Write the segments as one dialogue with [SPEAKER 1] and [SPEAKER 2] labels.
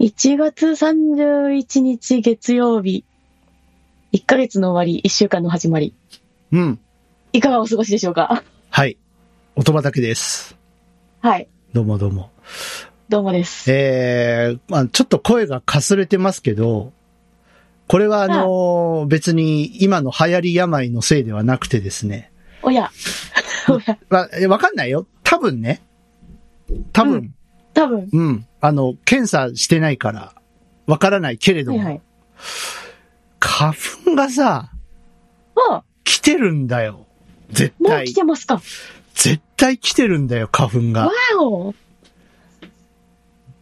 [SPEAKER 1] 1月31日月曜日、1ヶ月の終わり、1週間の始まり。
[SPEAKER 2] うん。
[SPEAKER 1] いかがお過ごしでしょうか
[SPEAKER 2] はい。音畑です。
[SPEAKER 1] はい、
[SPEAKER 2] どうもどうも。
[SPEAKER 1] どうもです。
[SPEAKER 2] えー、まあちょっと声がかすれてますけど、これはあのー別に今の流行り病のせいではなくてですね。
[SPEAKER 1] おや、おや、
[SPEAKER 2] まあえわかんないよ。多分ね。多分、
[SPEAKER 1] 多分。
[SPEAKER 2] うん、あの、検査してないから、わからないけれど
[SPEAKER 1] はい
[SPEAKER 2] も、
[SPEAKER 1] はい。
[SPEAKER 2] 花粉がさ、
[SPEAKER 1] あ、
[SPEAKER 2] 来てるんだよ。絶
[SPEAKER 1] もう
[SPEAKER 2] 対
[SPEAKER 1] 来。てますか。
[SPEAKER 2] 絶対来てるんだよ、花粉が
[SPEAKER 1] わ。お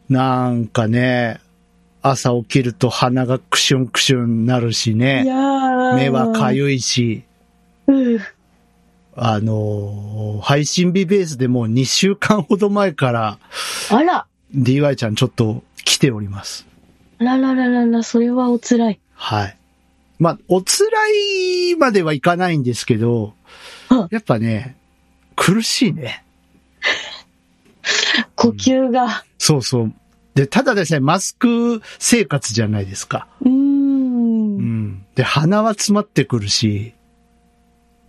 [SPEAKER 2] なんかね、朝起きると鼻がクシュンクシュンなるし
[SPEAKER 1] い
[SPEAKER 2] ね、
[SPEAKER 1] やー
[SPEAKER 2] 目はかゆいし、
[SPEAKER 1] うん。
[SPEAKER 2] あのー配信日ベースでもう2週間ほど前から
[SPEAKER 1] あら、
[SPEAKER 2] DY ちゃんちょっと来ております。
[SPEAKER 1] あららららら、それはお辛い。
[SPEAKER 2] はい。まあ、お辛いまではいかないんですけど
[SPEAKER 1] うん、
[SPEAKER 2] やっぱね、苦しいね。
[SPEAKER 1] 呼吸が。
[SPEAKER 2] そうそう。で、ただでさえマスク生活じゃないですか。
[SPEAKER 1] うーん。
[SPEAKER 2] うん。で、鼻は詰まってくるし、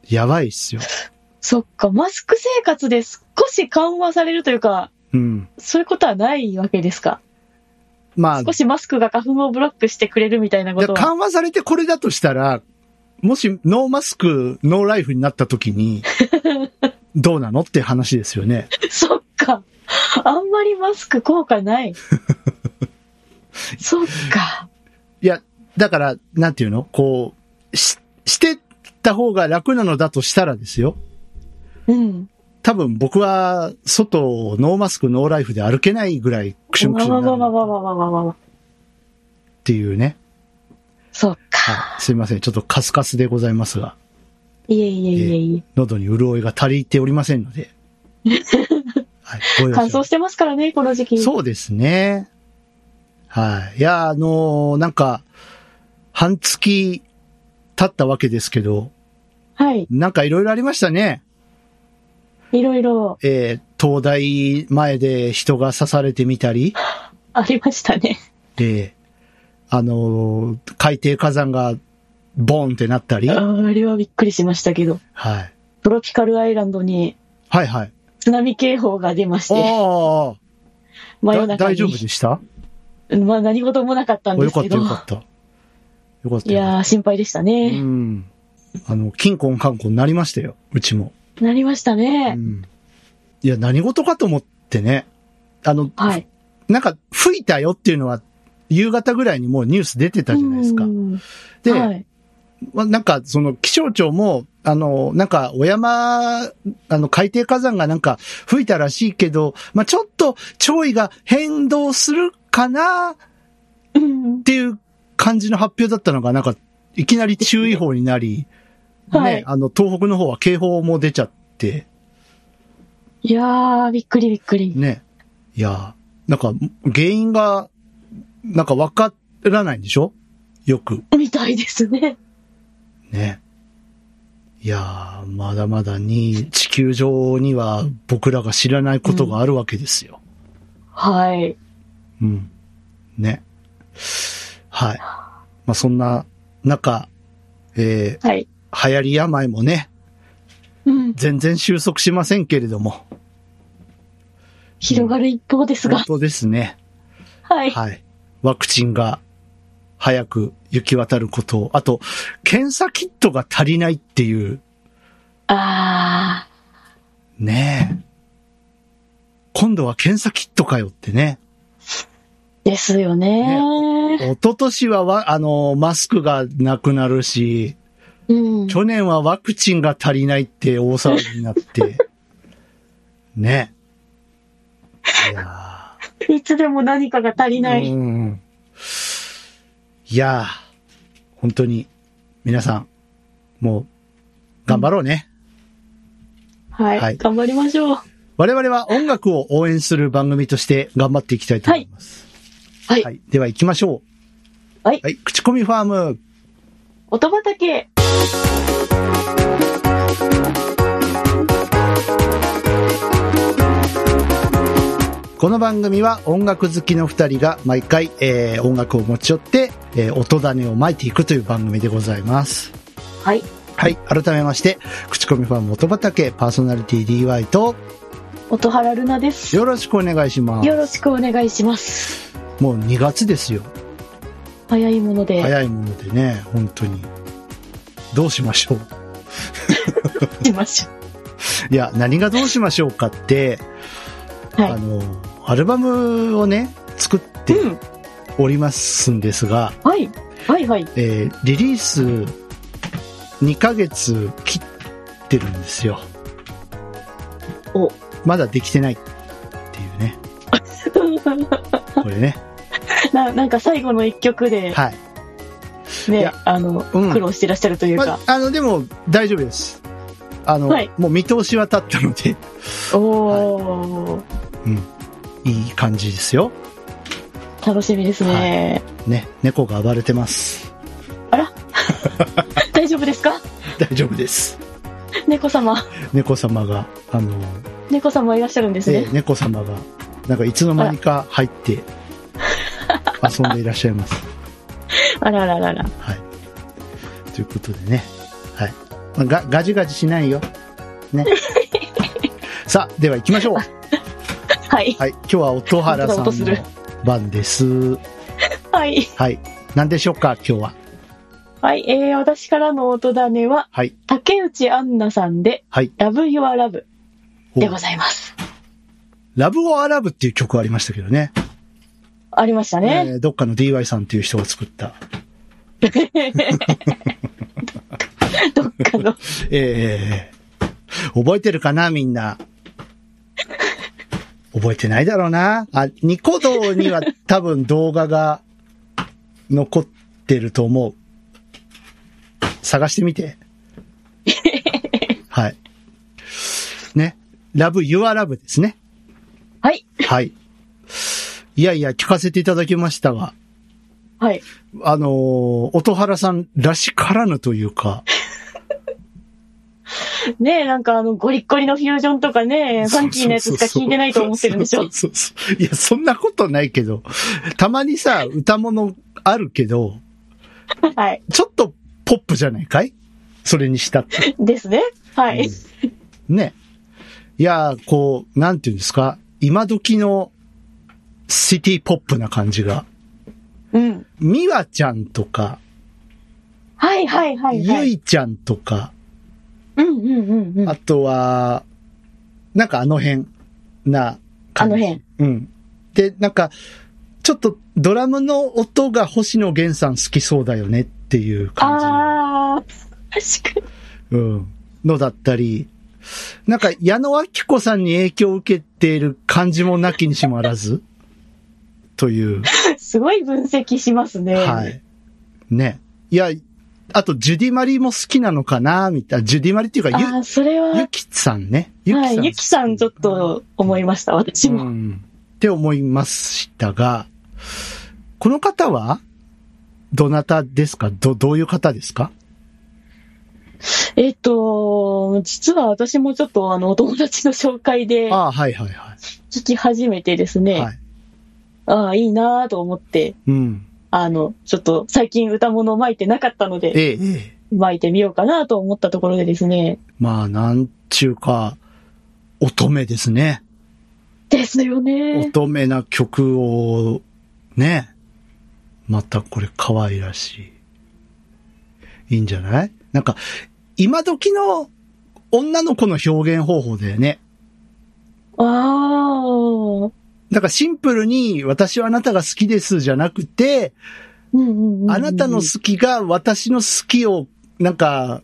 [SPEAKER 2] やばいっすよ。
[SPEAKER 1] そっか、マスク生活で少し緩和されるというか、
[SPEAKER 2] うん。
[SPEAKER 1] そういうことはないわけですか。
[SPEAKER 2] まあ、
[SPEAKER 1] 少しマスクが花粉をブロックしてくれるみたいなこと
[SPEAKER 2] で
[SPEAKER 1] は。
[SPEAKER 2] 緩和されてこれだとしたら、もしノーマスク、ノーライフになった 時に、どうなのって話ですよね。
[SPEAKER 1] そっか。あんまりマスク効果ない。 そっか。
[SPEAKER 2] いや、だから、なんていうのこう、し、してった方が楽なのだとしたらですよ。
[SPEAKER 1] うん。
[SPEAKER 2] 多分僕は、外をノーマスク、ノーライフで歩けないぐらい、クシュンクシュン
[SPEAKER 1] わ
[SPEAKER 2] にな
[SPEAKER 1] わわわ
[SPEAKER 2] るっ
[SPEAKER 1] わわわわわ。
[SPEAKER 2] ていうね。
[SPEAKER 1] そっか。
[SPEAKER 2] はい。すいません。ちょっとカスカスでございますが。
[SPEAKER 1] いえいえいえい
[SPEAKER 2] 喉に潤いが足りておりませんの で。はい、ご
[SPEAKER 1] え。
[SPEAKER 2] 容
[SPEAKER 1] 乾
[SPEAKER 2] 赦
[SPEAKER 1] 燥してますからね、この時期。
[SPEAKER 2] そうですね。はい。いや、あのーなんか、半月経ったわけですけど、
[SPEAKER 1] はい。
[SPEAKER 2] なんかいろいろありましたね。
[SPEAKER 1] いろいろ
[SPEAKER 2] えー東大前で人が刺されてみたり、
[SPEAKER 1] ありましたね。
[SPEAKER 2] えーあのー海底火山がボーンってなったり、はい。
[SPEAKER 1] あれはびっくりしましたけど。
[SPEAKER 2] は
[SPEAKER 1] トロピカルアイランドに
[SPEAKER 2] いはい。
[SPEAKER 1] 津波警報が出まし
[SPEAKER 2] お
[SPEAKER 1] て、
[SPEAKER 2] ー
[SPEAKER 1] 真夜
[SPEAKER 2] だ
[SPEAKER 1] 中
[SPEAKER 2] 大丈夫
[SPEAKER 1] に。
[SPEAKER 2] でした
[SPEAKER 1] まあ何事もなかったん
[SPEAKER 2] お
[SPEAKER 1] で
[SPEAKER 2] よ
[SPEAKER 1] す
[SPEAKER 2] かっ
[SPEAKER 1] け
[SPEAKER 2] た
[SPEAKER 1] ど
[SPEAKER 2] よ。かった。よかった
[SPEAKER 1] い
[SPEAKER 2] よかった
[SPEAKER 1] やー、心配でした
[SPEAKER 2] う
[SPEAKER 1] ね。
[SPEAKER 2] ん。あの、金婚観光になりましたよ、うちも。
[SPEAKER 1] なりました
[SPEAKER 2] う
[SPEAKER 1] ね。
[SPEAKER 2] ん。いや、何事かと思ってね。あの、
[SPEAKER 1] はい。
[SPEAKER 2] なんか、吹いたよっていうのは、夕方ぐらいにもうニュース出てたじゃないですか
[SPEAKER 1] う。ん
[SPEAKER 2] で、
[SPEAKER 1] はい。
[SPEAKER 2] まあなんか、その気象庁も、あの、なんか、お山、あの、海底火山がなんか、吹いたらしいけど、まあ、ちょっと、潮位が変動するかなっ
[SPEAKER 1] うん
[SPEAKER 2] ていう感じの発表だったのが、なんか、いきなり注意報になり、
[SPEAKER 1] は
[SPEAKER 2] ね
[SPEAKER 1] い、。
[SPEAKER 2] あの、東北の方は警報も出ちゃって、
[SPEAKER 1] いやー、びっくりびっくり。
[SPEAKER 2] ね。いやー、なんか、原因が、なんかわからないんでしょよく。
[SPEAKER 1] みたいですね。
[SPEAKER 2] ね。いやー、まだまだに、地球上には僕らが知らないことがあるわけですよ。
[SPEAKER 1] はい。
[SPEAKER 2] うん。ね。はい。まあ、そんな中、え
[SPEAKER 1] はい。
[SPEAKER 2] ー、流行り病もね、
[SPEAKER 1] うん。
[SPEAKER 2] 全然収束しませんけれども、
[SPEAKER 1] 広がる一方です
[SPEAKER 2] 本
[SPEAKER 1] が。
[SPEAKER 2] 当ですね。
[SPEAKER 1] はい。
[SPEAKER 2] はい。ワクチンが早く行き渡ること。あと、検査キットが足りないっていう、
[SPEAKER 1] あ
[SPEAKER 2] ねえ。今度は検査キットかよってね。
[SPEAKER 1] ー、ですよね
[SPEAKER 2] 一昨年はわ、あの、マスクがなくなるし、
[SPEAKER 1] うん。
[SPEAKER 2] 去年はワクチンが足りないって大騒ぎになって。ねえ。いやー
[SPEAKER 1] いつでも何かが足りな
[SPEAKER 2] う
[SPEAKER 1] い。
[SPEAKER 2] んいやー、本当に、皆さん、もう、頑張ろうね。は
[SPEAKER 1] はいい。頑張りましょう。
[SPEAKER 2] 我々は音楽を応援する番組として頑張っていきたいと思います。
[SPEAKER 1] はい
[SPEAKER 2] はい。では行きましょう。
[SPEAKER 1] はい
[SPEAKER 2] はい。口コミファーム。
[SPEAKER 1] 音畑。
[SPEAKER 2] この番組は音楽好きの二人が毎回、えー音楽を持ち寄って、えー音種をまいていくという番組でございます。
[SPEAKER 1] はい。
[SPEAKER 2] はい。改めまして、口コミファン元畑パーソナリティ DY と、
[SPEAKER 1] 音原ルナです。よ
[SPEAKER 2] よろしくお願いします。
[SPEAKER 1] ろしくお願いします。
[SPEAKER 2] もう2月ですよ。
[SPEAKER 1] 早いもので、
[SPEAKER 2] 早いものでね、本当に。どうしましょう。
[SPEAKER 1] しましょ
[SPEAKER 2] いや、何がどうしましょうかって、
[SPEAKER 1] う。は
[SPEAKER 2] あ
[SPEAKER 1] い。
[SPEAKER 2] の、アルバムをね、作って
[SPEAKER 1] うん。
[SPEAKER 2] おりますんですが、
[SPEAKER 1] はい。はいはい。
[SPEAKER 2] えーリリース2ヶ月切ってるんですよ。
[SPEAKER 1] お。
[SPEAKER 2] まだできてないっていうね、これね。
[SPEAKER 1] ななんか最後の一曲で、
[SPEAKER 2] はい。い
[SPEAKER 1] ね
[SPEAKER 2] や、
[SPEAKER 1] あの、
[SPEAKER 2] うん
[SPEAKER 1] 苦労してらっしゃるというか
[SPEAKER 2] ま。あの、でも大丈夫です。あの、
[SPEAKER 1] はい
[SPEAKER 2] もう見通しは立ったので、
[SPEAKER 1] おー、
[SPEAKER 2] いい感じですよ。
[SPEAKER 1] 楽しみですね。
[SPEAKER 2] ね、猫が暴れてます。
[SPEAKER 1] 大丈夫ですか
[SPEAKER 2] 大丈夫です。
[SPEAKER 1] 猫様。
[SPEAKER 2] 猫様が、あの、
[SPEAKER 1] 猫様いらっしゃるんです
[SPEAKER 2] え
[SPEAKER 1] ね。
[SPEAKER 2] ー猫様が、なんかいつの間にか入 って、遊んでいらっしゃいます。
[SPEAKER 1] あらあらあらあら。
[SPEAKER 2] はい。ということでね。はい。まあ、が、ガジガジしないよ。 ね。さあ、では行きましょう。は
[SPEAKER 1] はい。
[SPEAKER 2] い。今日は音原さん
[SPEAKER 1] 音する
[SPEAKER 2] の番です。
[SPEAKER 1] はい。
[SPEAKER 2] はい。何でしょうか、今日は。
[SPEAKER 1] はい。えー、私からの音種は、
[SPEAKER 2] はい。
[SPEAKER 1] 竹内杏奈さんで、
[SPEAKER 2] はい。
[SPEAKER 1] Love Your Love
[SPEAKER 2] お
[SPEAKER 1] でございます。
[SPEAKER 2] ラブオアラブっていう曲ありましたけどね。
[SPEAKER 1] ありました
[SPEAKER 2] え
[SPEAKER 1] ね。
[SPEAKER 2] ーどっかの DY さんっていう人が作った。
[SPEAKER 1] どっかの。
[SPEAKER 2] えー、覚えてるかな、みんな。覚えてないだろうな。あ、ニコ動には多分動画が残ってると思う。探してみて。はい。ね。ラブ、ユアラブですね。
[SPEAKER 1] はい。
[SPEAKER 2] はい。いやいや、聞かせていただきましたが、
[SPEAKER 1] はい。
[SPEAKER 2] あのー音原さんらしからぬというか、
[SPEAKER 1] ねえ、なんかあの、ゴリッゴリのフュージョンとかね、ファンキーなやつしか聞いてないと思ってるんでしょ
[SPEAKER 2] そう。そうそういや、そんなことないけど、たまにさ、歌物あるけど、
[SPEAKER 1] はい。
[SPEAKER 2] ちょっとポップじゃないかいそれにしたって。
[SPEAKER 1] ですね。はい。
[SPEAKER 2] ね。いや、こう、なんていうんですか、今時のシティポップな感じが、
[SPEAKER 1] うん。
[SPEAKER 2] ミワちゃんとか、
[SPEAKER 1] はいはいはいは
[SPEAKER 2] ゆ
[SPEAKER 1] い。
[SPEAKER 2] いちゃんとか、
[SPEAKER 1] うんうんうんうん。
[SPEAKER 2] あとは、なんかあの辺な感じ。
[SPEAKER 1] あの辺。
[SPEAKER 2] うん。で、なんか、ちょっとドラムの音が星野源さん好きそうだよねっていう感じ。
[SPEAKER 1] あー、確か
[SPEAKER 2] うん。のだったり、なんか矢野明子さんに影響を受けている感じもなきにしもあらず、 という。
[SPEAKER 1] に。すごい分析しますね。
[SPEAKER 2] はい。ね。いや、あとジュディマリも好きなのかなみたいな。ジュディマリっていうか、
[SPEAKER 1] あ
[SPEAKER 2] ゆ、
[SPEAKER 1] ー、それ
[SPEAKER 2] ゆ
[SPEAKER 1] は、
[SPEAKER 2] きさんね。ゆき
[SPEAKER 1] は
[SPEAKER 2] さん
[SPEAKER 1] い。
[SPEAKER 2] 好き。
[SPEAKER 1] ゆきさんちょっと思いました、私
[SPEAKER 2] う
[SPEAKER 1] も。
[SPEAKER 2] ん。って思いましたが、この方は、どなたですかど、どういう方ですか
[SPEAKER 1] えっと、実は私もちょっとあの、お友達の紹介で
[SPEAKER 2] ああ、はいはいは
[SPEAKER 1] 聞き始めてです
[SPEAKER 2] い。
[SPEAKER 1] ね、
[SPEAKER 2] はい。
[SPEAKER 1] ああ、いいなぁと思って、
[SPEAKER 2] うん。
[SPEAKER 1] あの、ちょっと最近歌物を巻いてなかったので、
[SPEAKER 2] ええ、ええ。
[SPEAKER 1] 巻いてみようかなと思ったところでですね、
[SPEAKER 2] まあ、なんちゅうか、乙女ですね。
[SPEAKER 1] ですよね。
[SPEAKER 2] 乙女な曲を、ね。またこれ可愛らしい。いいんじゃないなんか、今時の女の子の表現方法だよね。
[SPEAKER 1] ああ。
[SPEAKER 2] だからシンプルに私はあなたが好きですじゃなくて、
[SPEAKER 1] うんうんうんうん
[SPEAKER 2] あなたの好きが私の好きを、なんか、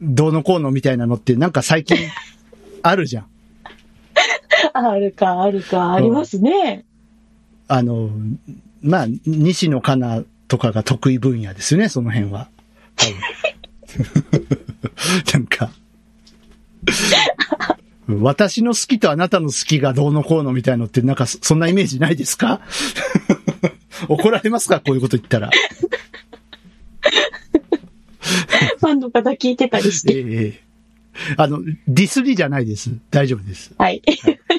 [SPEAKER 2] どうのこうのみたいなのって、なんか 最近あるじゃん。
[SPEAKER 1] あるか、あるか、ありますね。
[SPEAKER 2] あの、まあ、西野カナとかが得意分野ですよね、その辺は。多 分なんか、私の好きとあなたの好きがどうのこうのみたいのって、なんかそそんなイメージないです か怒られますかこういうこと言ったら。
[SPEAKER 1] ファンの方聞いてたりし
[SPEAKER 2] ええ
[SPEAKER 1] て。
[SPEAKER 2] ええあの、ディスりじゃないです。大丈夫です。
[SPEAKER 1] はい。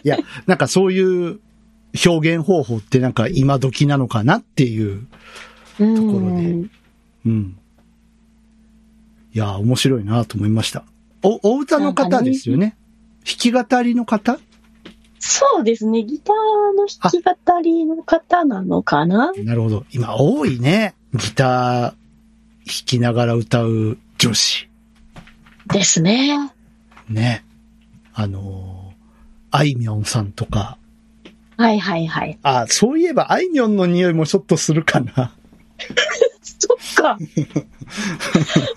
[SPEAKER 2] いや、なんかそういう表現方法ってなんか今時なのかなっていう。
[SPEAKER 1] とこ
[SPEAKER 2] ころでうん。いや、面白いなと思いました。お、お歌の方ですよね。弾き語りの方
[SPEAKER 1] そうですね。ギターの弾き語りの方なのかな
[SPEAKER 2] なるほど。今多いね。ギター弾きながら歌う女子。
[SPEAKER 1] ですね。
[SPEAKER 2] ね。あのーあいみょんさんとか。
[SPEAKER 1] はいはいはい。
[SPEAKER 2] あ、そういえばあいみょんの匂いもちょっとするかな。
[SPEAKER 1] そっ か。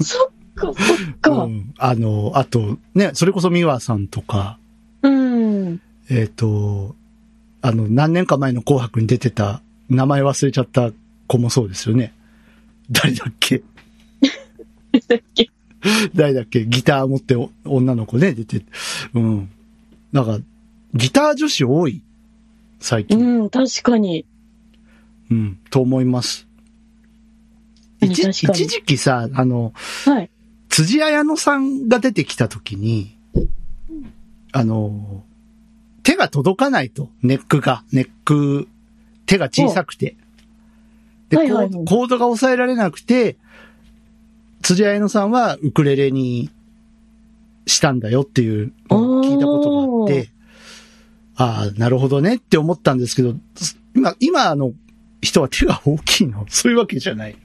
[SPEAKER 1] そっか、そっ
[SPEAKER 2] う
[SPEAKER 1] か。
[SPEAKER 2] ん、あのーあと、ね、それこそ美和さんとか、
[SPEAKER 1] うん。
[SPEAKER 2] えっ、と、あの、何年か前の紅白に出てた、名前忘れちゃった子もそうですよね。 誰だっけ
[SPEAKER 1] だっけ
[SPEAKER 2] 誰だっけギター持ってお女の子ね、出て。うん。なんか、ギター女子多い。最
[SPEAKER 1] う
[SPEAKER 2] 近。
[SPEAKER 1] ん、確かに。
[SPEAKER 2] うん。と思います。
[SPEAKER 1] うん確
[SPEAKER 2] 一
[SPEAKER 1] かに
[SPEAKER 2] 一時期さ、あの、
[SPEAKER 1] はい。
[SPEAKER 2] 辻彩乃さんが出てきた時に、あの、手が届かないと、ネックが、ネック、手が小さくて。で、
[SPEAKER 1] はいはいはい
[SPEAKER 2] コードコードが抑えられなくて、辻彩乃さんはウクレレにしたんだよっていうのを聞いたことがあって、ああ、なるほどねって思ったんですけど、す今、今あの人は手が大きいの そういうわけじ ゃない。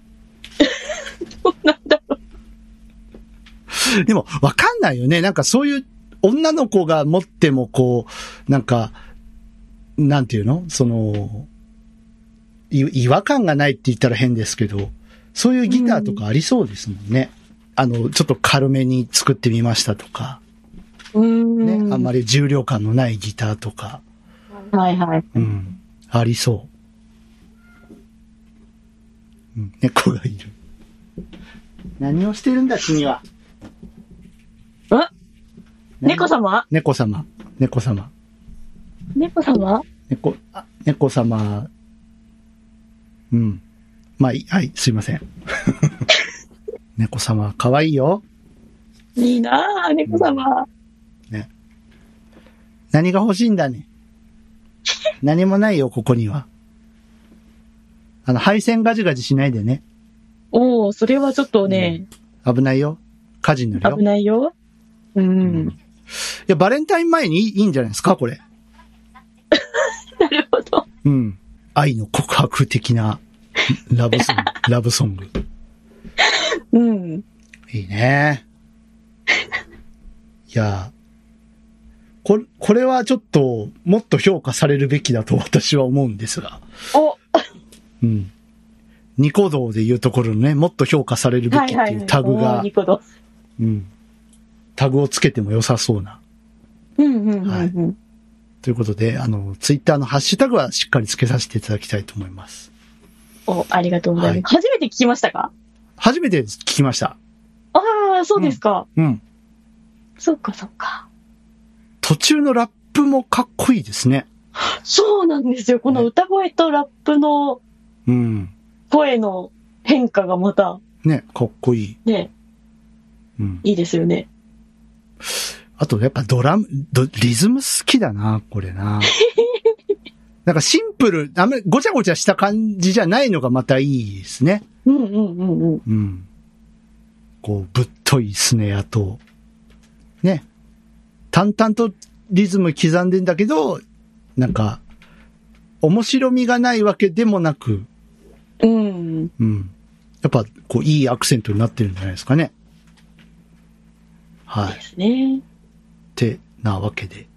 [SPEAKER 1] そうなんだろ
[SPEAKER 2] でも、わかんないよね。なんかそういう女の子が持ってもこう、なんか、なんていうのその、い違和感がないって言ったら変ですけど、そういうギターとかありそうですもんね。あの、ちょっと軽めに作ってみましたとか、
[SPEAKER 1] う。うん。
[SPEAKER 2] ね。あんま
[SPEAKER 1] り。
[SPEAKER 2] り重量感のないギターとか、
[SPEAKER 1] はいはい。
[SPEAKER 2] うん。ありそう。うん、猫がいる。何をしてるんだ、君は。
[SPEAKER 1] あ猫様
[SPEAKER 2] 猫様。猫様。
[SPEAKER 1] 猫様
[SPEAKER 2] 猫、あ猫様、うん。まあいい、はい、すいませ ん。猫様、可愛いよ。
[SPEAKER 1] いいなぁ、猫様。
[SPEAKER 2] 何が欲しいんだね。何もないよ、ここには。あの、配線ガジガジしないでね。
[SPEAKER 1] おおそれはちょっとね、
[SPEAKER 2] 危ないよ。火事になる
[SPEAKER 1] 危
[SPEAKER 2] よ。
[SPEAKER 1] ないよ。うん。
[SPEAKER 2] いや、バレンタイン前にいいいいんじゃないですか、これ。
[SPEAKER 1] なるほど。
[SPEAKER 2] うん。愛の告白的な、ラ ブソング、ラブソング。
[SPEAKER 1] うん。
[SPEAKER 2] いいね。いや、これ、これはちょっと、もっと評価されるべきだと私は思うんですが。
[SPEAKER 1] お、
[SPEAKER 2] うん。ニコ動で言うところのね、もっと評価されるべき
[SPEAKER 1] は
[SPEAKER 2] っ
[SPEAKER 1] い
[SPEAKER 2] て
[SPEAKER 1] はいい。
[SPEAKER 2] うタグが、
[SPEAKER 1] おーニコ動
[SPEAKER 2] うん。タグをつけても良さそうな。
[SPEAKER 1] うんうんうん、うん
[SPEAKER 2] はいということで、あの、ツイッターのハッシュタグはしっかりつけさせていただきたいと思います。
[SPEAKER 1] お、ありがとうございます。初めて聞きましたか
[SPEAKER 2] 初めて聞きました。
[SPEAKER 1] ああ、そうですか。
[SPEAKER 2] うん。
[SPEAKER 1] そっかそっか。
[SPEAKER 2] 途中のラップもかっこいいですね。
[SPEAKER 1] そうなんですよ。この歌声とラップの
[SPEAKER 2] うん。
[SPEAKER 1] 声の変化がまた、
[SPEAKER 2] ね、かっこいい。
[SPEAKER 1] ね、
[SPEAKER 2] うん。
[SPEAKER 1] いいですよね。
[SPEAKER 2] あと、やっぱドラム、ドリズム好きだな、これ な。なんかシンプル、あんまりごちゃごちゃした感じじゃないのがまたいいですね。
[SPEAKER 1] うんうんうんうん。
[SPEAKER 2] うん。こう、ぶっといスネアと、ね。淡々とリズム刻んでんだけど、なんか、面白みがないわけでもなく、
[SPEAKER 1] うん。
[SPEAKER 2] うん。やっぱ、こう、いいアクセントになってるんじゃないですかね。はい
[SPEAKER 1] で。すね。
[SPEAKER 2] ってなわけで。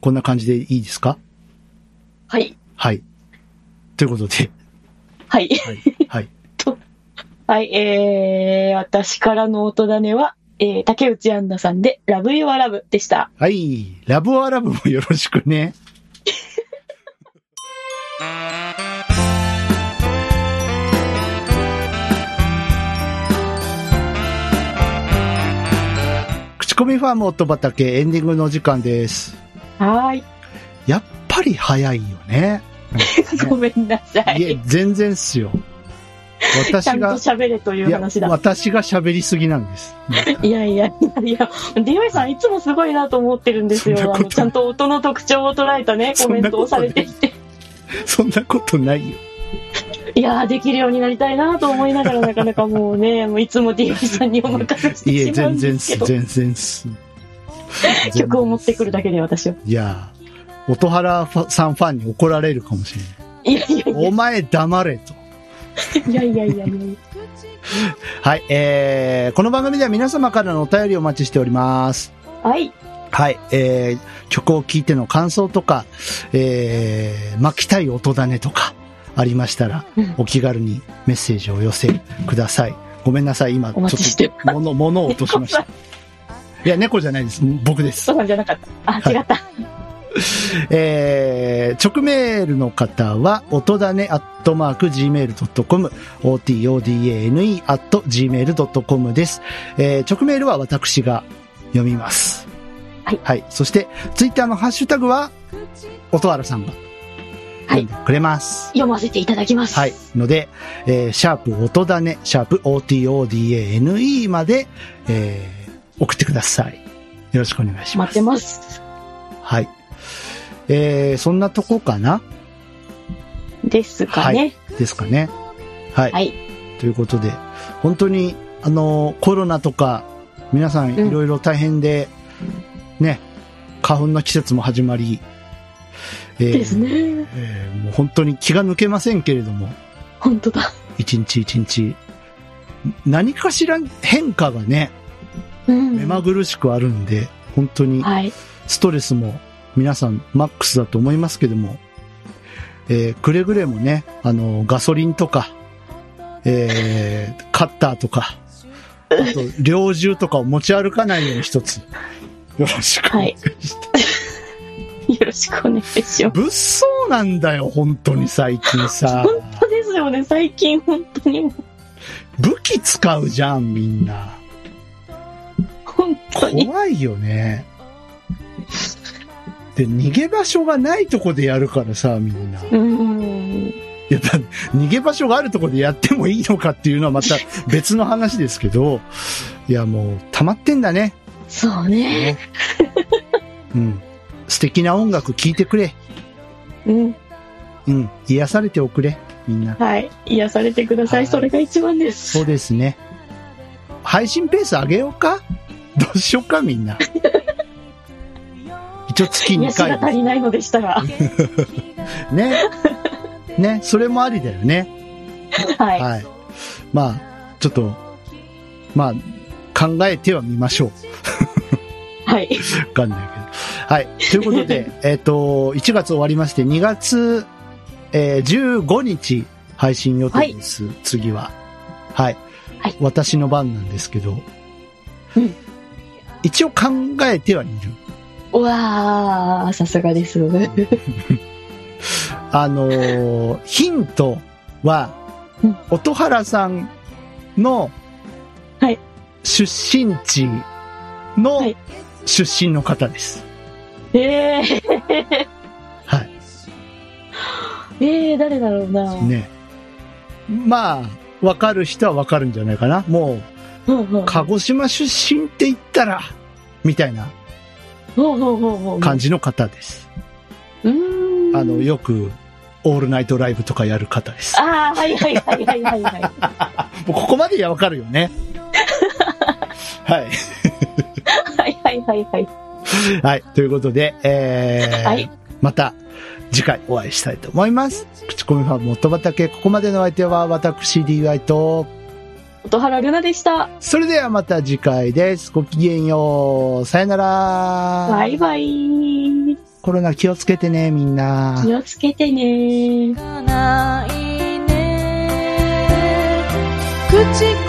[SPEAKER 2] こんな感じでいいですか
[SPEAKER 1] はい。
[SPEAKER 2] はい。ということで、
[SPEAKER 1] はい。
[SPEAKER 2] はい。はい。
[SPEAKER 1] はい、えー、私からの音種は、えー、竹内アンナさんで、ラブユアラブでした。
[SPEAKER 2] はい。ラブオアラブもよろしくね。口コミファーム音畑エンディングの時間です。
[SPEAKER 1] はーい。
[SPEAKER 2] やっぱり早いよね。
[SPEAKER 1] ごめんなさ
[SPEAKER 2] い
[SPEAKER 1] い。
[SPEAKER 2] え、全然っすよ。
[SPEAKER 1] ちゃ
[SPEAKER 2] 私
[SPEAKER 1] んと
[SPEAKER 2] が、
[SPEAKER 1] 喋れという話だ。
[SPEAKER 2] 私が喋りすぎなんです。
[SPEAKER 1] いやいやいやいや、DY さんいつもすごいなと思ってるんです
[SPEAKER 2] そんな
[SPEAKER 1] よ。あ
[SPEAKER 2] こと
[SPEAKER 1] のちゃんと音の特徴を捉えた ね、コメントをされていて。
[SPEAKER 2] そんなことないよ。
[SPEAKER 1] いやー、できるようになりたいなと思いながら、なかなかもうね、もういつも DY さんにお任せし
[SPEAKER 2] いえ、
[SPEAKER 1] てしまう
[SPEAKER 2] 全
[SPEAKER 1] ん
[SPEAKER 2] 然
[SPEAKER 1] ですすけど、
[SPEAKER 2] 全然す。
[SPEAKER 1] 曲を持ってくるだけで私は。
[SPEAKER 2] いやー、音原ファさんファンに怒られるかもしれない
[SPEAKER 1] いやいや。
[SPEAKER 2] お前黙れと。
[SPEAKER 1] いやいやいやいやいや。
[SPEAKER 2] はい、えー、この番組では皆様からのお便りをお待ちしております。
[SPEAKER 1] はい。
[SPEAKER 2] はい、えー、曲を聴いての感想とか、えー、巻きたい音種とか、ありましたら
[SPEAKER 1] うん、
[SPEAKER 2] お気軽にメッセージをお寄せください。ごめんなさい、今、ち
[SPEAKER 1] お
[SPEAKER 2] ょっ
[SPEAKER 1] 待ちして
[SPEAKER 2] と、物、物を落としま した。いや、猫じゃないです。僕です
[SPEAKER 1] そ。うなんじゃなかった。あ、違った。
[SPEAKER 2] えー、直メールの方は、音だね、アットマーク、gmail.com、otodane、アット、gmail.com です。えー、直メールは私が読みます。
[SPEAKER 1] はい
[SPEAKER 2] そして、ツイッターのハッシュタグは、音原さんが、
[SPEAKER 1] はい。
[SPEAKER 2] くれます。
[SPEAKER 1] 読ませていただきます。
[SPEAKER 2] はい。ので、えー、シャープ、音だね、シャープ、otodane まで、えー、送ってください。よろしくお願いしま
[SPEAKER 1] 待
[SPEAKER 2] す。
[SPEAKER 1] ってます。
[SPEAKER 2] はい。えー、そんなとこかな
[SPEAKER 1] ですかね。
[SPEAKER 2] ですかね。はい。
[SPEAKER 1] はい
[SPEAKER 2] ということで、本当に、あの、コロナとか、皆さん
[SPEAKER 1] うん
[SPEAKER 2] いろいろ大変で、ね、花粉の季節も始まり、えー
[SPEAKER 1] ですね。
[SPEAKER 2] えーもう本当に気が抜けませんけれども、
[SPEAKER 1] 本当だ。
[SPEAKER 2] 一日一日、何かしら変化がね、
[SPEAKER 1] うん。
[SPEAKER 2] 目まぐるしくあるんで、本当に
[SPEAKER 1] はい。
[SPEAKER 2] ストレスも皆さんマックスだと思いますけども、えーくれぐれもね、あの、ガソリンとか、えーカッターとか、あと、猟銃とかを持ち歩かないように一つ、よろしく。
[SPEAKER 1] はい。よろしくお願いします。
[SPEAKER 2] 物騒なんだよ、本当に最近さ。
[SPEAKER 1] 本当ですよね、最近本当にもう、
[SPEAKER 2] 武器使うじゃん、みんな。
[SPEAKER 1] 本当に。
[SPEAKER 2] 怖いよね。で、逃げ場所がないとこでやるからさ、みんな。
[SPEAKER 1] うーん。
[SPEAKER 2] いや、だ逃げ場所があるところでやってもいいのかっていうのは また別の話ですけど、いや、もう、溜まってんだね。
[SPEAKER 1] そうね。
[SPEAKER 2] うん。素敵な音楽聴いてくれ。
[SPEAKER 1] うん。
[SPEAKER 2] うん。癒されておくれ。みんな。
[SPEAKER 1] はい。癒されてくださ
[SPEAKER 2] はい
[SPEAKER 1] い。それが一番で
[SPEAKER 2] そ
[SPEAKER 1] す
[SPEAKER 2] う。ですね。配信ペース上げようかどうしようか、み んな。一応月
[SPEAKER 1] 癒
[SPEAKER 2] 2
[SPEAKER 1] しが
[SPEAKER 2] 回
[SPEAKER 1] 足りないのでしたら。
[SPEAKER 2] ね。ね。それもありだよね。
[SPEAKER 1] はい。
[SPEAKER 2] はい。まあ、ちょっと、まあ、考えてはみましょう。
[SPEAKER 1] はい。
[SPEAKER 2] わかんないけど。はい。というこ とで、えっと、1月終わりまして、2月、えー15日配信予定です。次は。はい。
[SPEAKER 1] はい
[SPEAKER 2] 私の番なんですけど。
[SPEAKER 1] うん
[SPEAKER 2] 一応考えてはいる。
[SPEAKER 1] うわー、さすがです。
[SPEAKER 2] あのー ヒントは
[SPEAKER 1] うん、
[SPEAKER 2] 音原さんの、
[SPEAKER 1] はい
[SPEAKER 2] 出身地の
[SPEAKER 1] はい
[SPEAKER 2] 出身の方です。
[SPEAKER 1] えー、
[SPEAKER 2] はい。
[SPEAKER 1] えー、誰だろうな。
[SPEAKER 2] ね。まあ、わかる人はわかるんじゃないかな。も
[SPEAKER 1] ほうほう
[SPEAKER 2] う、鹿児島出身って言ったら、みたいな
[SPEAKER 1] ほうほうほうほう。
[SPEAKER 2] 感じの方です。
[SPEAKER 1] うーん。
[SPEAKER 2] あの、よく、オールナイトライブとかやる方です。
[SPEAKER 1] あー、はいはいはいはいはいはい。
[SPEAKER 2] もうここまでやわかるよ ね。はい。
[SPEAKER 1] はいはいはいはい。
[SPEAKER 2] はい。ということで、えー
[SPEAKER 1] はい
[SPEAKER 2] また次回お会いしたいと思います。口コミファン元畑、ここまでのお相手は私 DY と、
[SPEAKER 1] 音原ルナでした。
[SPEAKER 2] それではまた次回です。ごきげんよう。さよなら。
[SPEAKER 1] バイバイ。
[SPEAKER 2] コロナ気をつけてね、みんな。
[SPEAKER 1] 気をつけてね
[SPEAKER 3] 「口コミファン